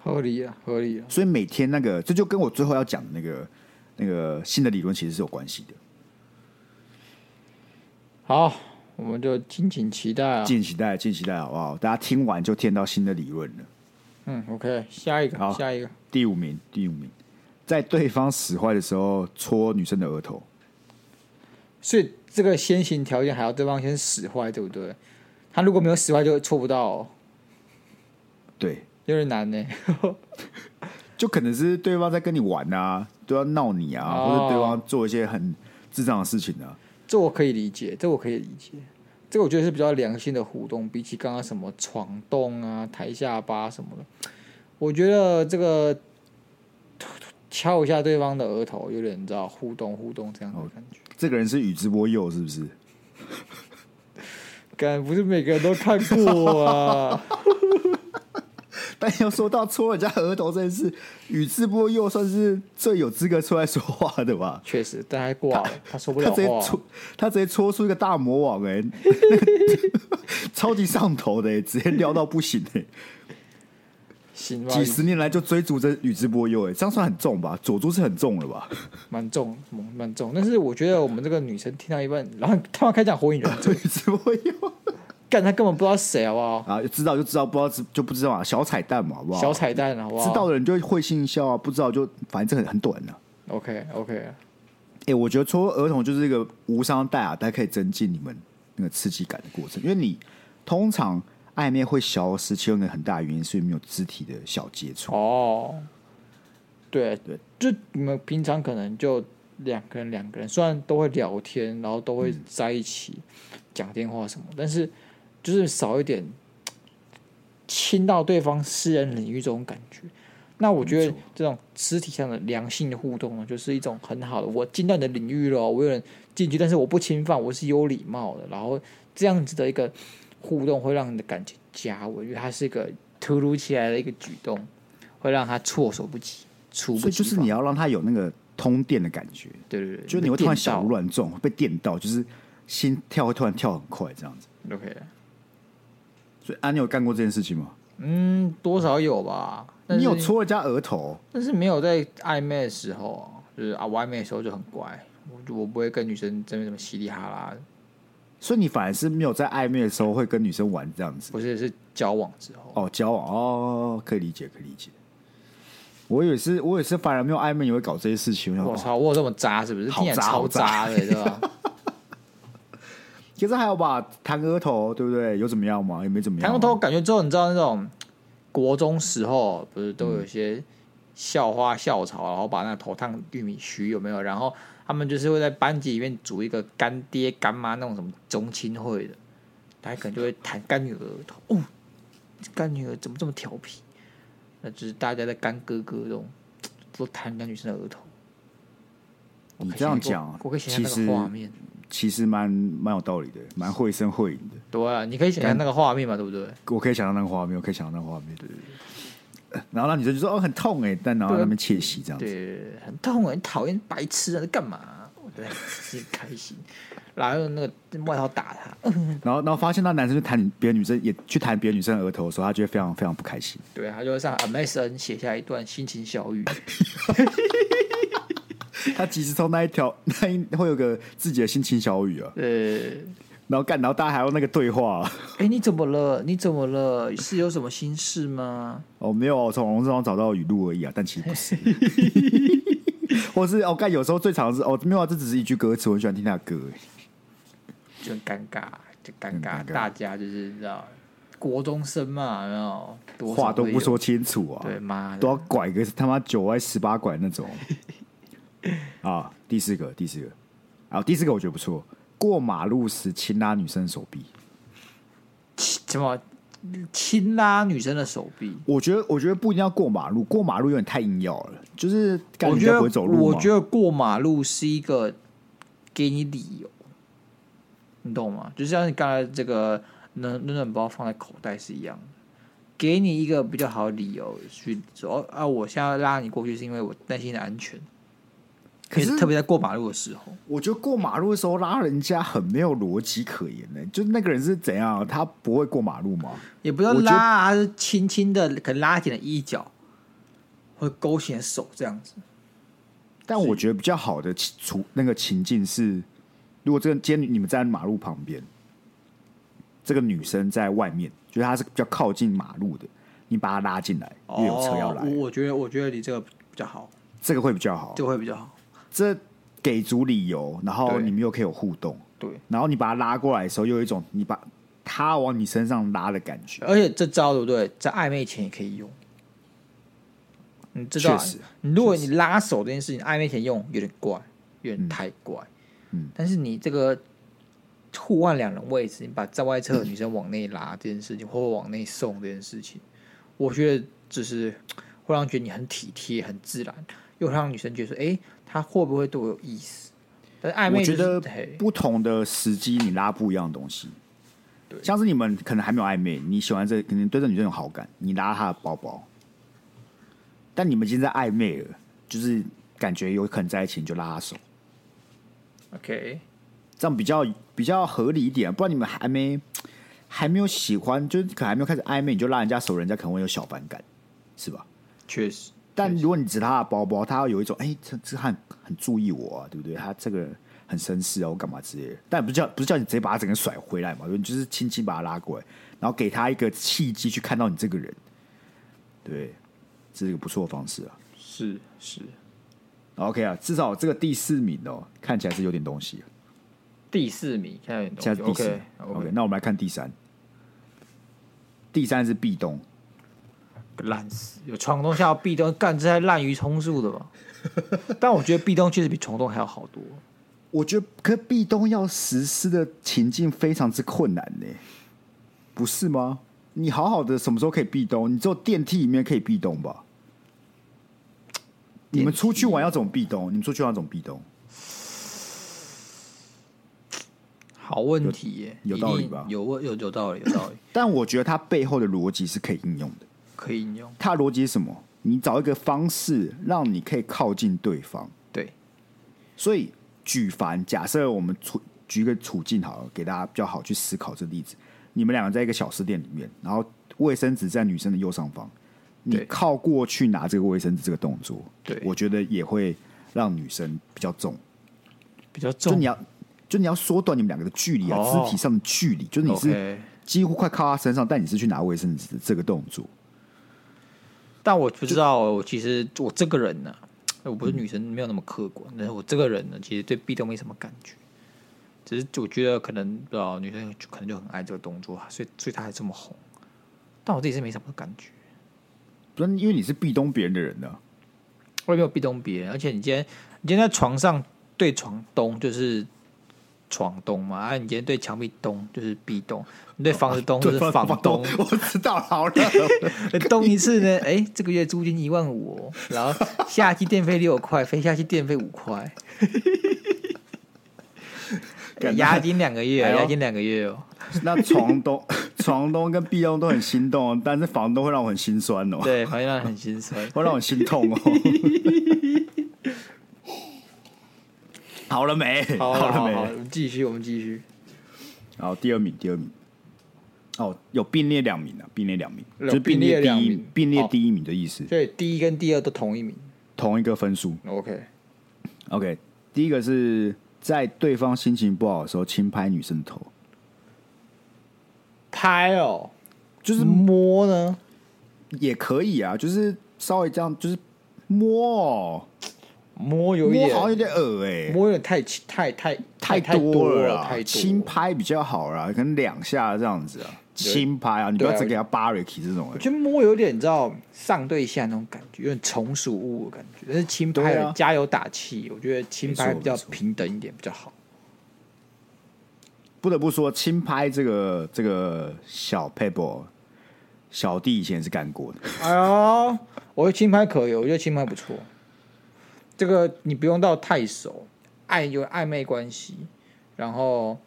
合理啊，合理啊。
所以每天那个，这就跟我最后要讲的那个那个新的理论其实是有关系的。
好，我们就敬请期待啊。
敬请期待，敬请期待，好不好？大家听完就听到新的理论了。
嗯，OK，下一个
好，
下一个，
第五名，第五名，在对方使坏的时候戳女生的额头，
所以这个先行条件还要对方先使坏，对不对？他如果没有使坏，就戳不到、哦，
对，
有点难呢、
就可能是对方在跟你玩啊，对方闹你啊，
哦
或者对方做一些很智障的事情啊。
这我可以理解，这我可以理解，这个我觉得是比较良性的互动，比起刚刚什么闯动啊、抬下巴什么的，我觉得这个敲一下对方的额头，有点你知道互动互动这样的感觉。
这个人是宇智波鼬，是不是？
干不是每个人都看过啊，
但要说到戳人家额头这件事，宇智波鼬算是最有资格出来说话的吧？
确实，但他挂了，他说不
他
了
直接
话
戳，，他直接戳出一个大魔王 哎、超级上头的、欸，直接撩到不行 哎、
行吧
几，十年来就追逐着宇智波鼬哎、这样算很重吧？佐助是很重了吧？
蛮重，蛮蛮重。但是我觉得我们这个女生听到一半，然后他们开始讲火影忍 者，
宇智波鼬
干她根本不知道谁好不好？
啊，知道就知道，不知道就不知道啊，小彩蛋嘛，好不好？
小彩蛋好不好？
知道的人就会心一笑啊，不知道就反正这很很短啊。
OK OK，
哎、我觉得戳儿童就是一个无伤大雅，但可以增进你们那个刺激感的过程。因为你通常暧昧会消失，其中一个很大的原因是没有肢体的小接触。
哦，对
对，
就你们平常可能就两个人两个人，虽然都会聊天，然后都会
嗯
在一起讲电话什么，但是就是少一点亲到对方私人领域这种感觉。那我觉
没
得
错
这种肢体上的良性的互动呢，就是一种很好的。我进到你的领域了哦，我有人进去，但是我不侵犯，我是有礼貌的。然后这样子的一个互动会让你的感情加温，因为它是一个突如其来的一个举动，会让他措手不及，猝
所
不
以就
及
是
防
你要让他有那个通电的感觉，
对对对，
就是你会突然小
想
鹿乱撞，被电到，就是心跳会突然跳很快这样子。
OK，
所以啊，你有干过这件事情吗？
嗯，多少有吧。但
你
是
有戳人家额头？
但是没有在暧昧的时候啊，就是啊，我暧昧的时候就很乖，我就我不会跟女生真的什么稀里哈啦，
所以你反而是没有在暧昧的时候会跟女生玩这样子
不是是交往之后。
哦，交往哦，可以理解，可以理解。我也是，我也是，反而没有暧昧，也会搞这些事情。我想
我
哦
操，我有这么渣是不是？
好
听起来
渣
超
好
渣的，对吧？
其实还有吧，弹额头，对不对？有怎么样吗？也没怎么样。
弹过头，感觉之后，你知道那种国中时候不是都
嗯
有一些校花校草，然后把那头烫玉米须有没有？然后他们就是会在班级里面组一个干爹干妈那种什么中亲会的，他可能就会弹干女儿的头，哦，这干女儿怎么这么调皮？那就是大家在干哥哥这种，都弹人家女生的额头。
你这样讲
我可以，想
其
象那
实
个画面，
其实蛮蛮有道理的，蛮绘声绘影的。
对啊，你可以想象那个画面嘛，对不对？
我可以想到那个画面，我可以想到那个画面。然后那女生就说：“哦，很痛哎、但然后
对啊
那边窃喜这样子。
对，很痛，很讨厌白痴啊，在干嘛、我对，自己开心，然后用那个外套打他。呃
然后，然后发现那男生去弹别的女生，也去弹别的女生的额头的时候，他就会非常非常不开心。
对，他就会上 MSN 写下一段心情小语。
他其实从那一条，那一会有个自己的心情小语啊。
呃，
然后干，然后大家还要那个对话、
哎，你怎么了？你怎么了？是有什么心事吗？
哦，没有，我从网络上找到语录而已啊，但其实不 是。或是哦，干有时候最常是哦，没有、啊，这只是一句歌词，我很喜欢听他的歌。
就很尴尬，就尴
很
尬，
尴尬
大家就是你知道，国中生嘛，有没有多少
话都
会
不
有，
说清楚啊，
对，妈
都要
的，
拐个他妈九歪 十八拐那种。啊，第四个，第四个，啊，第四个我觉得不错，过马路时轻拉女生手臂。
怎么亲拉女生的手臂？
我觉得，我觉得不一定要过马路，过马路有点太硬要了。就是感
我
觉人
觉
家
得
不会走路
我
吗
觉得过马路是一个给你理由，你懂吗？就像你刚才这个暖暖暖包放在口袋是一样的，给你一个比较好的理由去说哦啊，我现在拉你过去是因为我担心你的安全，
可
因为
是
特别在过马路的时候，
我觉得过马路的时候拉人家很没有逻辑可言呢、就是那个人是怎样？他不会过马路吗？
也不要
我觉得
拉啊，他是轻轻的，可能拉紧了衣角，或者勾起你的手这样子。
但我觉得比较好的情处那个情境是，如果这个今天你们站在马路旁边，这个女生在外面，就是她是比较靠近马路的，你把她拉进来，因为有车要来，哦
哦我我觉得我觉得你这个比较好，
这个会比较好
这。个会比较好。
这给足理由，然后
对
你们又可以有互动，
对，
然后你把她拉过来的时候，又有一种你把她往你身上拉的感觉。
而且这招对不对？在暧昧前也可以用。你这招
确实，
你如果你拉手这件事情，暧昧前用有点怪，有点太怪。
嗯
但是你这个互换两人位置，你把站外侧的女生往内拉这件事情，或者往内送这件事情，我觉得就是会让觉得你很体贴、很自然，又让女生觉得说，哎、她会不会对我有意思？但是暧
我
昧、就
觉
是、
得
嘿
不同的时机你拉不一样的东西。
对
像是你们可能还没有暧昧，你喜欢这，可能对这女生有好感，你拉她的包包，但你们已经在暧昧了，就是感觉有可能在一起，你就拉她手，
OK，
这样比较比较合理一点。不然你们还没还没有喜欢，就是可能还没有开始暧昧，你就拉人家手，人家可能会有小反感，是吧？
确实。
但如果你指他的包包，他要有一种哎、这这汉很注意我啊，对不对？他这个人很绅士啊，我干嘛之类的。但不是叫不是叫你直接把他整个甩回来嘛，对你就是轻轻把他拉过来，然后给他一个契机去看到你这个人，对，这是一个不错的方式啊。
是是。
OK 啊，至少这个第四名哦，看起来是有点东西。啊
第四名，现在有点
现在是第
东西
四
OK
名
OK，
那我们来看第三，第三是壁咚，
烂死！有床洞下壁咚，干这才滥竽充数的 吧？但我觉得壁咚确实比床洞还要好多。
我觉得可壁咚要实施的情境非常之困难呢、不是吗？你好好的什么时候可以壁咚？你只有电梯里面可以壁咚吧？你们出去玩要怎么壁咚？你们出去玩要怎么壁咚？
好问题耶，
有有道理吧
一定有问有有道理，有道理，
但我觉得它背后的逻辑是可以应用的。
可以应用。
它的逻辑是什么？你找一个方式让你可以靠近对方。
对，
所以举凡假设我们处举一个处境好了，给大家比较好去思考这个例子。你们两个在一个小吃店里面，然后卫生纸在女生的右上方，你
对
靠过去拿这个卫生纸这个动作，
对
我觉得也会让女生比较重。
比较
就
重
你要就你要缩短你们两个的距离啊，
哦
肢体上的距离，就是你是
OK，
几乎快靠她身上，但你是去拿卫生纸的这个动作。
但我不知道，我其实我这个人呢、我不是女生，没有那么客观。但是我这个人呢，其实对壁咚没什么感觉，只是我觉得可能不知道女生就可能就很爱这个动作，所以所以她还这么红。但我自己是没什么感觉。
不是因为你是壁咚别人的人呢、
我也没有壁咚别人，而且你今天你今天在床上对床咚就是床咚嘛，啊，你今天对墙壁咚就是壁咚，你对房子
哦
咚就是房
咚
咚，，
我知道了好了。
咚一次呢，哎、这个月租金一万五、哦，然后下期电费六块，飞下期电费五块，
干
押金两个月，啊
哎呦
押金两个月 哦，
那床东、 床东跟壁咚都很心动，但是房东会让我很心酸哦，
对，好像很心酸。
会让我心痛哦。 好了没？
好好
了
好啊
没？
好，我们继续，我们继续。
好，第二名，第二名。哦，有并列两名啊，并列两名，
有
就是并列
并列
第
两
一
名
并列
哦
第一名的意思，
所以第一跟第二都同一名
同一个分数。
，OK，
OK，第一个是在对方心情不好的时候轻拍女生的头，
拍哦，
就是
摸呢？
也可以啊，就是稍微这样，就是摸哦，
摸有一
摸
点，
好像有点恶哎、
摸有点太轻太太
太
多
了
太
啦，
多
轻拍比较好啦，可能两下这样子啊，轻拍啊，你不
对啊啊
要只给他巴瑞奇这种啊
我
的。
觉得摸有点你知道上对下那种感觉，有点从属物的感觉。但是轻拍
对
的
啊
加油打气，我觉得轻
没
拍
错
比较
没错
平等一点比较好。
不得不说，轻拍这个这个小 paper 小弟以前也是干过的。
哎呦，我觉得轻拍可以，我觉得轻拍不错。这个你不用到太熟，暧有暧昧关系，然后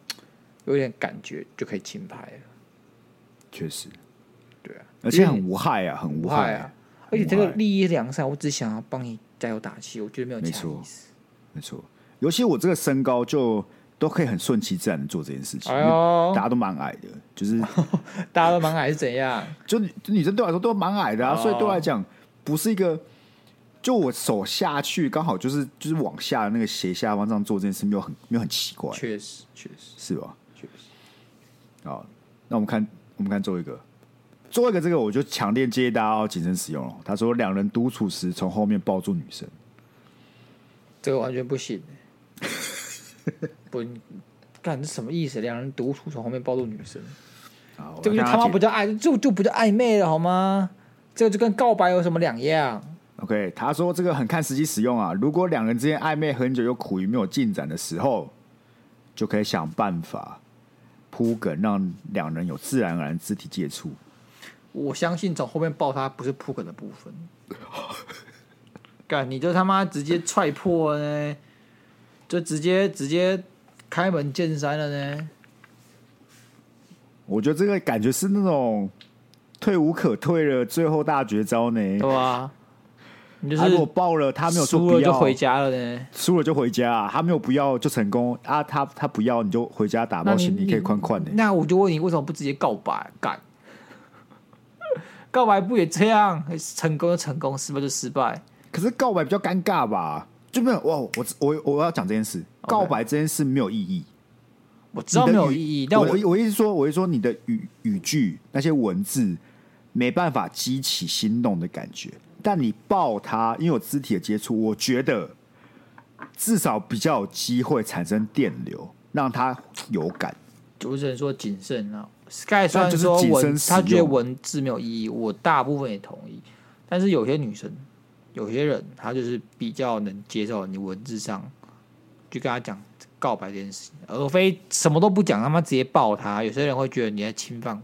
有点感觉就可以轻拍了。
确实，
对啊，
而且很无害啊，很无
无
害
害啊，而且这
无
个
害
利益良善，我只想要帮你加油打气，我觉得没有
没
其他
错
意思。
没错。尤其我这个身高就都可以很顺其自然地做这件事情，
哎
因为
呦
大，家都蛮矮的，就是
大家都蛮矮是怎样？
就女女生对我来说都蛮矮的啊，
哦
所以对我来讲不是一个。就我手下去，刚好就是就是往下的那个斜下方这样做这件事，没有很没有很奇怪，
确实，确实，
是吧？
确实，
好，那我们看我们看最后一个，最后一个这个我就强烈建议大家要谨慎使用了。他说，两人独处时从后面抱住女生，
这个完全不 行、欸。不，你干这什么意思？两人独处从后面抱住女生，
好我
这个就
看
他妈
解
不叫暧，就就不叫暧昧了好吗？这个就跟告白有什么两样？
OK，他说这个很看时机使用啊。如果两人之间暧昧很久又苦于没有进展的时候，就可以想办法铺梗，让两人有自然而然肢体接触。
我相信从后面抱他不是扑梗的部 分。干，你就他妈直接踹破了呢，就直接直接开门见山了呢。
我觉得这个感觉是那种退无可退了，最后大绝招呢。
对吧？你哦就是
他啊如果爆了，他没有说
输
不
了就
要，
回家了呢。
输了就回家、啊，他没有不要就成功啊，他他不要你就回家打
那
包行李，可以宽宽的。
那我就问你，为什么不直接告白？干，告白不也这样？成功就成功，失败就失败。
可是告白比较尴尬吧？就没有哇，我我我要讲这件事，告白这件事没有意义。
我知道没有
你的语
意义，但
我
我
的我意思说，我意思说你的语语句那些文字没办法激起心动的感觉，但你抱他，因为有肢体的接触，我觉得至少比较有机会产生电流，让他有感。
我只能说谨慎啊。Sky 虽
但
然说
就是谨
文
慎，使用
他觉得文字没有意义，我大部分也同意。但是有些女生，有些人，她就是比较能接受你文字上就跟她讲告白这件事情，而非什么都不讲，他妈直接抱她。有些人会觉得你在侵犯我，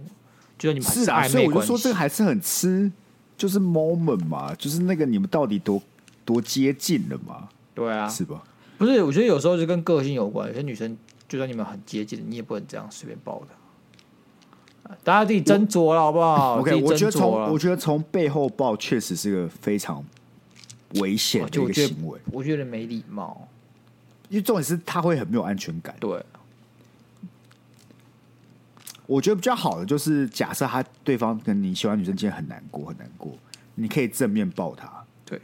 觉得你们还
是啊，
暧
所以
昧
我就
关
说这
系
个。还是很吃，就是 moment 嘛，就是那个你们到底多多接近了嘛，
对啊，
是吧？
不是，我觉得有时候就跟个性有关。有些女生就算你们很接近，你也不能这样随便抱她。啊大家自己斟酌了，好不好
OK，我
哦自己
觉得
斟酌啊
从
了。
我觉得从背后抱确实是个非常危险
我
的
哦就
一个
觉得
行为，
我觉得没礼貌。
因为重点是他会很没有安全感。
对，
我觉得比较好的就是假设他对方跟你喜欢的女生今天很难过很难过，你可以正面抱他，
对，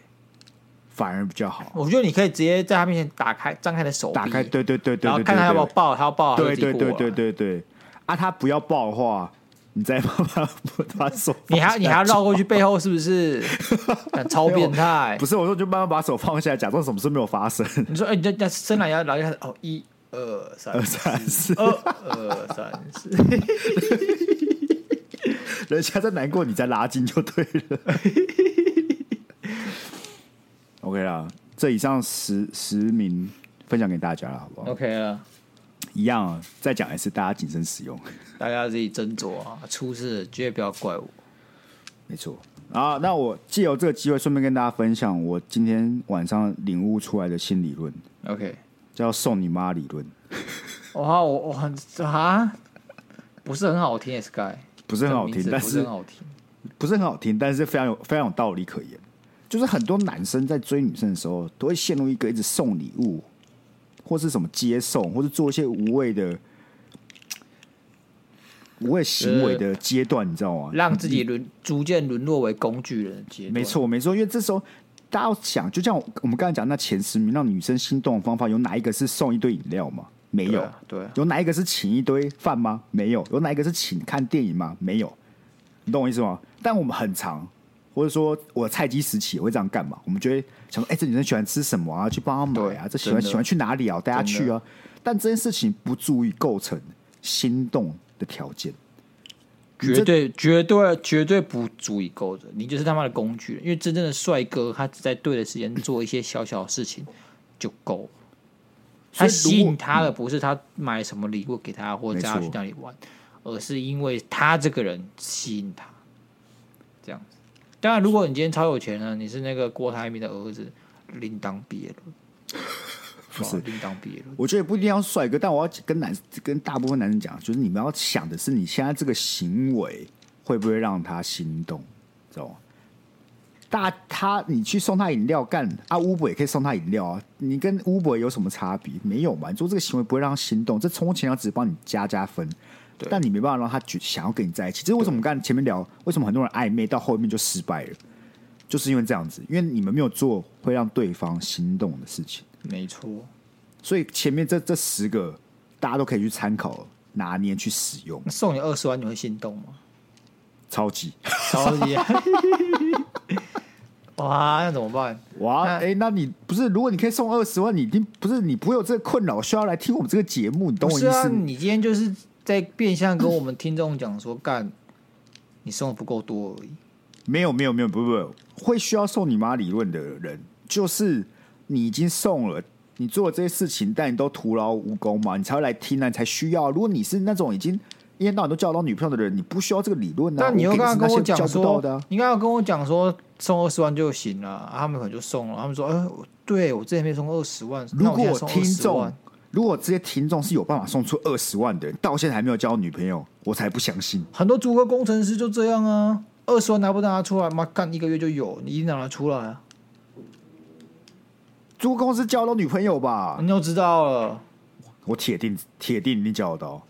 反而比较好。
我觉得你可以直接在他面前打开张开你的手臂，
打开，对对对对
然后
对，
看他要不要
对
抱，他要抱，
对对对对
对，
对对，啊，他不要抱的话，你再帮他把手放下来，
你还你还 要绕过去背后是不是？干超变 态
不！是我说，就慢慢把手放下来，假装什么事没有发生。
你说，哎，你这这伸懒腰，然后就开始哦，一二三
二 三四，
二二三四，
人家在难过，你在拉近就对了。OK 啦，这以上十十名分享给大家了，好不好？
OK 啊了，
一样啊，再讲一次，大家谨慎使用。
大家自己斟酌啊，出事了绝对不要怪我。
没错啊，那我借由这个机会，顺便跟大家分享我今天晚上领悟出来的新理论，
OK，
叫“送你妈”理论，
哇，哦我我很啊，不是很好听耶，Sky
不是很好听
这，个
但
名字不
是
是很好听。
不是很好听，但是非常有非常有道理可言。就是很多男生在追女生的时候，都会陷入一个一直送礼物，或是什么接送，或是做一些无谓的、无谓行为的阶段，你知道吗？
让自己沦逐渐沦落为工具人的阶段。
没，错，没错，因为这时候大家要想，就像我们刚才讲那前十名让女生心动的方法，有哪一个是送一堆饮料吗？没有。
对啊对啊
有哪一个是请一堆饭吗？没有。有哪一个是请看电影吗？没有。你懂我意思吗？但我们很常，或者说我菜鸡时期也会这样干嘛？我们就会想说，哎、这女生喜欢吃什么啊？去帮她买啊。
对
这喜欢
真的
喜欢去哪里啊？我带她
真的
去啊。但这件事情不足以构成心动的条件。你
绝
这
对绝对绝对不足以勾着你，就是他妈的工具人。因为真正的帅哥，他只在对的时间做一些小小的事情就够了。他
所以
吸
如果嗯
引他的不是他买什么礼物给他，或者叫他
没
去
错
那里玩，而是因为他这个人吸引他，这样子。当然，如果你今天超有钱了，你是那个郭台铭的儿子，另当别 论。
不是
哇另当别论。
我觉得不一定要帅哥，但我要跟男跟大部分男生讲，就是你们要想的是，你现在这个行为会不会让他心动，知道吗？大他，你去送他饮料干啊，Uber 也可以送他饮料啊，你跟 Uber 有什么差别？没有嘛，你做这个行为不会让他心动，这充钱要只是帮你加加分，但你没办法让他觉想要跟你在一起。这是为什么？我们刚才前面聊，为什么很多人暧昧到后面就失败了，就是因为这样子，因为你们没有做会让对方心动的事情。
没错，
所以前面这这十个大家都可以去参考拿捏去使用，
那送你二十万，你会心动吗？
超级
超级。 哇，那怎么办？
哇！
那
哎、那你不是如果你可以送二十万，你一定不是你不会有这个困扰，需要来听我们这个节目，你懂
不
我意
是
思？
啊，你今天就是在变相跟我们听众讲说，干，你送的不够多而已。
没有没有没有，不不不，会需要送你妈理论的人，就是你已经送了。你做了这些事情，但你都徒劳无功嘛，你才会来听啊，你才需要啊。如果你是那种已经一天到晚都交到女朋友的人，你不需要这个理论啊。
但你又
我给
刚
的是
刚跟
那
我
些
讲
交不到
说
的啊，
你刚刚跟我讲说送二十万就行了、啊他们可能就送了。他们说，哎、我对我之前没送二十万，那
如
我现在
果
送
听
20
众
万，
如果这些听众是有办法送出二十万的人，到现在还没有交女朋友，我才不相信。
很多足科工程师就这样啊，二十万拿不拿得出来？妈干，一个月就有，你一定拿得出来啊！
租公司交到女朋友吧，
你就知道了，
我铁定铁定一定交得到，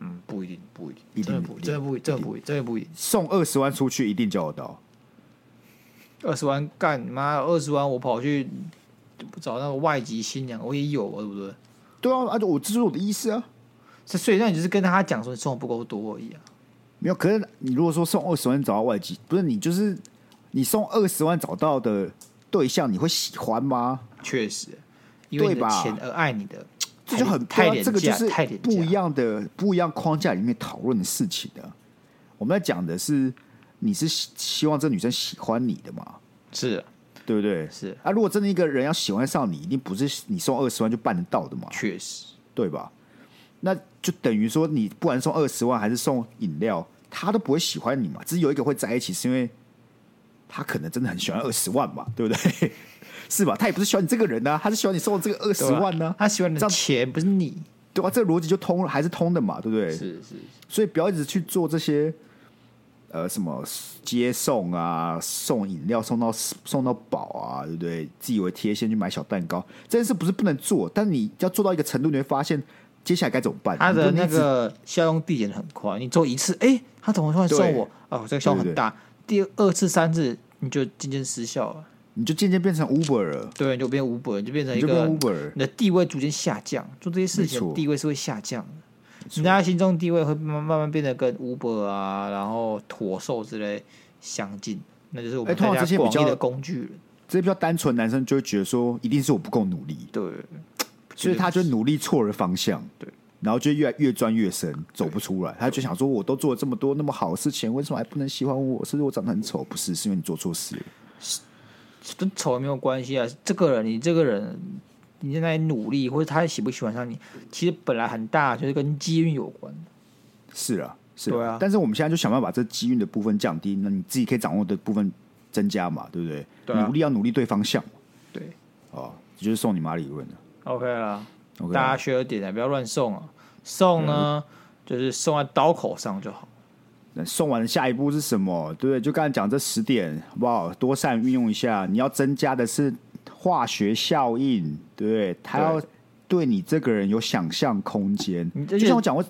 嗯，不一定，不一定，
一定
真的不，
一定
真的不，真的不，真的不一定。
送二十万出去一定交得到。
二十万干妈，二十万我跑去找那个外籍新娘，我也有啊，对不对？
对啊，啊，我这是我的意思啊。
所以所以那你就是跟他讲说你送的不够多而已啊。
没有，可是你如果说送二十万找到外籍，不是你就是你送二十万找到的对象，你会喜欢吗？
确实，因为你
对
的
吧
钱而爱你的，
这就很
太
对啊
廉
这
价，
个就
太
是
廉价
不一。样的不一样框架里面讨论的事情的。我们在讲的是，你是希希望这女生喜欢你的嘛？
是
对不对？
是，
啊，如果真的一个人要喜欢上你，一定不是你送二十万就办得到的嘛，
确实
对吧？那就等于说，你不管送二十万还是送饮料，他都不会喜欢你嘛。只是有一个会在一起，是因为他可能真的很喜欢二十万嘛，对不对？ 是吧？他也不是喜欢你这个人呢、啊，他是喜欢你送的这个二十
对吧
万啊呢、
他喜欢
这
的
样
钱不是你，
对啊吧、这个逻辑就通了，还是通的嘛，对不对？
是是
所以不要一直去做这些，呃，什么接送啊、送饮料送到送到饱啊，对不对？自以为贴现去买小蛋糕，这件事不是不能做，但你要做到一个程度，你会发现接下来该怎么办。
他
你
的
不能
那
一直
个效用递减很快，你做一次，哎、他怎么突然送
对
我？哦，这个效用很大。第二次、三次你就渐渐失效了，
你就渐渐变成 Uber 了，
对，你就变 u b 你就变成
你
一
就
个
变 Uber 了。
你的地位逐渐下降，做这些事情
没
的
错
地位是会下降的。你在他心中地位会慢慢慢慢变得跟 Uber 啊，然后驼兽之类相近，那就是我们
哎通常
大家
这些比
广义
较
的工具人。
这些比较单纯的男生就会觉得说，一定是我不够努力，
对，
所以他就努力错了方向。
对。
然后就越来越钻越深，走不出来。他就想说：“我都做了这么多那么好的事情，为什么还不能喜欢我？是不是我长得很丑？不是，是因为你做错事了。”
跟丑也没有关系啊。这个人，你这个人，你在那里努力，或者他喜不喜欢上你，其实本来很大就是跟机运有关。
是啊，是
对啊
但是我们现在就想办法把这机运的部分降低，那你自己可以掌握的部分增加嘛，对不对？
对啊
努力要努力对方向嘛
对
哦，这就是送你妈理论了。
，OK 啦，
OK，嗯
大家学着点啊，不要乱送啊。送呢，就是送在刀口上就好。
那送完下一步是什么？对不对？就刚才讲这十点，好不好？多善运用一下。你要增加的是化学效应，对不对？他要对你这个人有想象空间。
你这
就
些
像我讲过，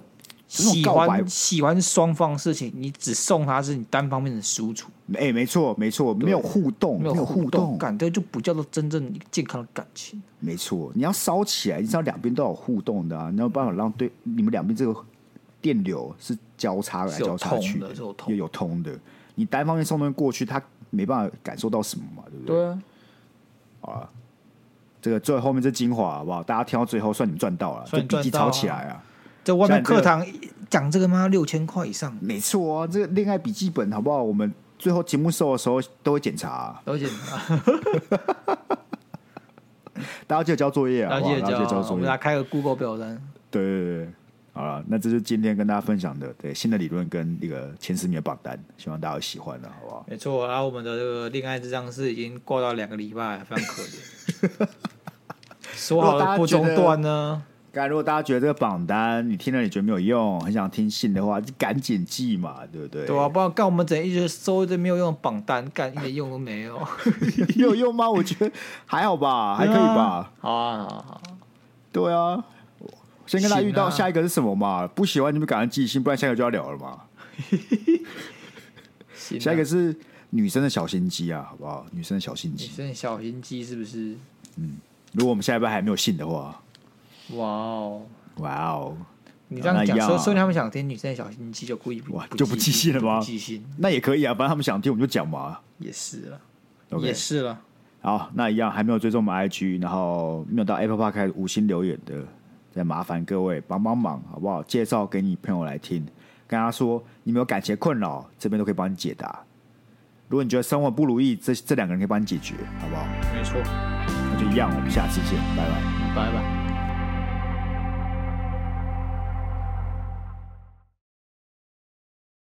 这种
喜
告白
欢喜欢双方的事情，你只送他是你单方面的输出，
哎，没错，没错，没有互动，
没
没有互
动
动，
感，这就不叫做真正健康的感情。
没错，你要烧起来，你知道两边都有互动的啊，你要有办法让对你们两边这个电流是交叉来
是有
交叉去
通的是有通
又有通的。你单方面送东西过去，他没办法感受到什么嘛，对不对？
啊，
这个最后面这精华好不好？大家听到最后算你们赚到了，
算你
这笔记
赚到
抄
啊
起来啊！
在外面
像你这
课
个
堂讲这个吗？六千块以上，
没错啊，这个恋爱笔记本好不好？我们最后 节目收的时候都会检查啊、
而且
大家记得交作业啊，
要
好不
记
好大
得
家记得交
交，我
作
们
业
来。开个 Google 表单。
对对对对，好了，那这就是今天跟大家分享的对新的理论跟一个前十名的榜单，希望大家有喜欢的，好不好？
没错，啊然后我们的这个恋爱智障是已经挂到两个礼拜，非常可怜。 说好的不中断呢？
刚如果大家觉得这个榜单你听了你觉得没有用，很想听信的话，就赶紧记嘛，对不对？
对啊，不然干我们整一直收一堆没有用的榜单，干一点用都没有。
有用吗？我觉得还好吧，还可以吧。
好啊，好啊，好啊。
对啊，先跟大家遇到
行啊
下一个是什么嘛？不喜欢你们赶快记性，不然下一个就要聊了嘛。
行啊
下一个是女生的小心机啊，好不好？女生的小心
女
机。
生小心机是不是？
如果我们下一班还没有信的话，
哇哦！
哇哦，
你这样讲，
那要啊
说说明他们想听女生的小心机，就故意不
哇就不记性了吗
不记性
那也可以啊，反正他们想听我们就讲嘛。
也是了
OK，
也是了。
好，那一样还没有追踪我们 IG，然后没有到 Apple Park 开五星留言的，再麻烦各位帮帮忙，好不好？介绍给你朋友来听，跟他说你们有感情的困扰，这边都可以帮你解答。如果你觉得生活不如意，这这两个人可以帮你解决，好不好？
没错，
那就一样，我们下次见，拜拜。
拜拜。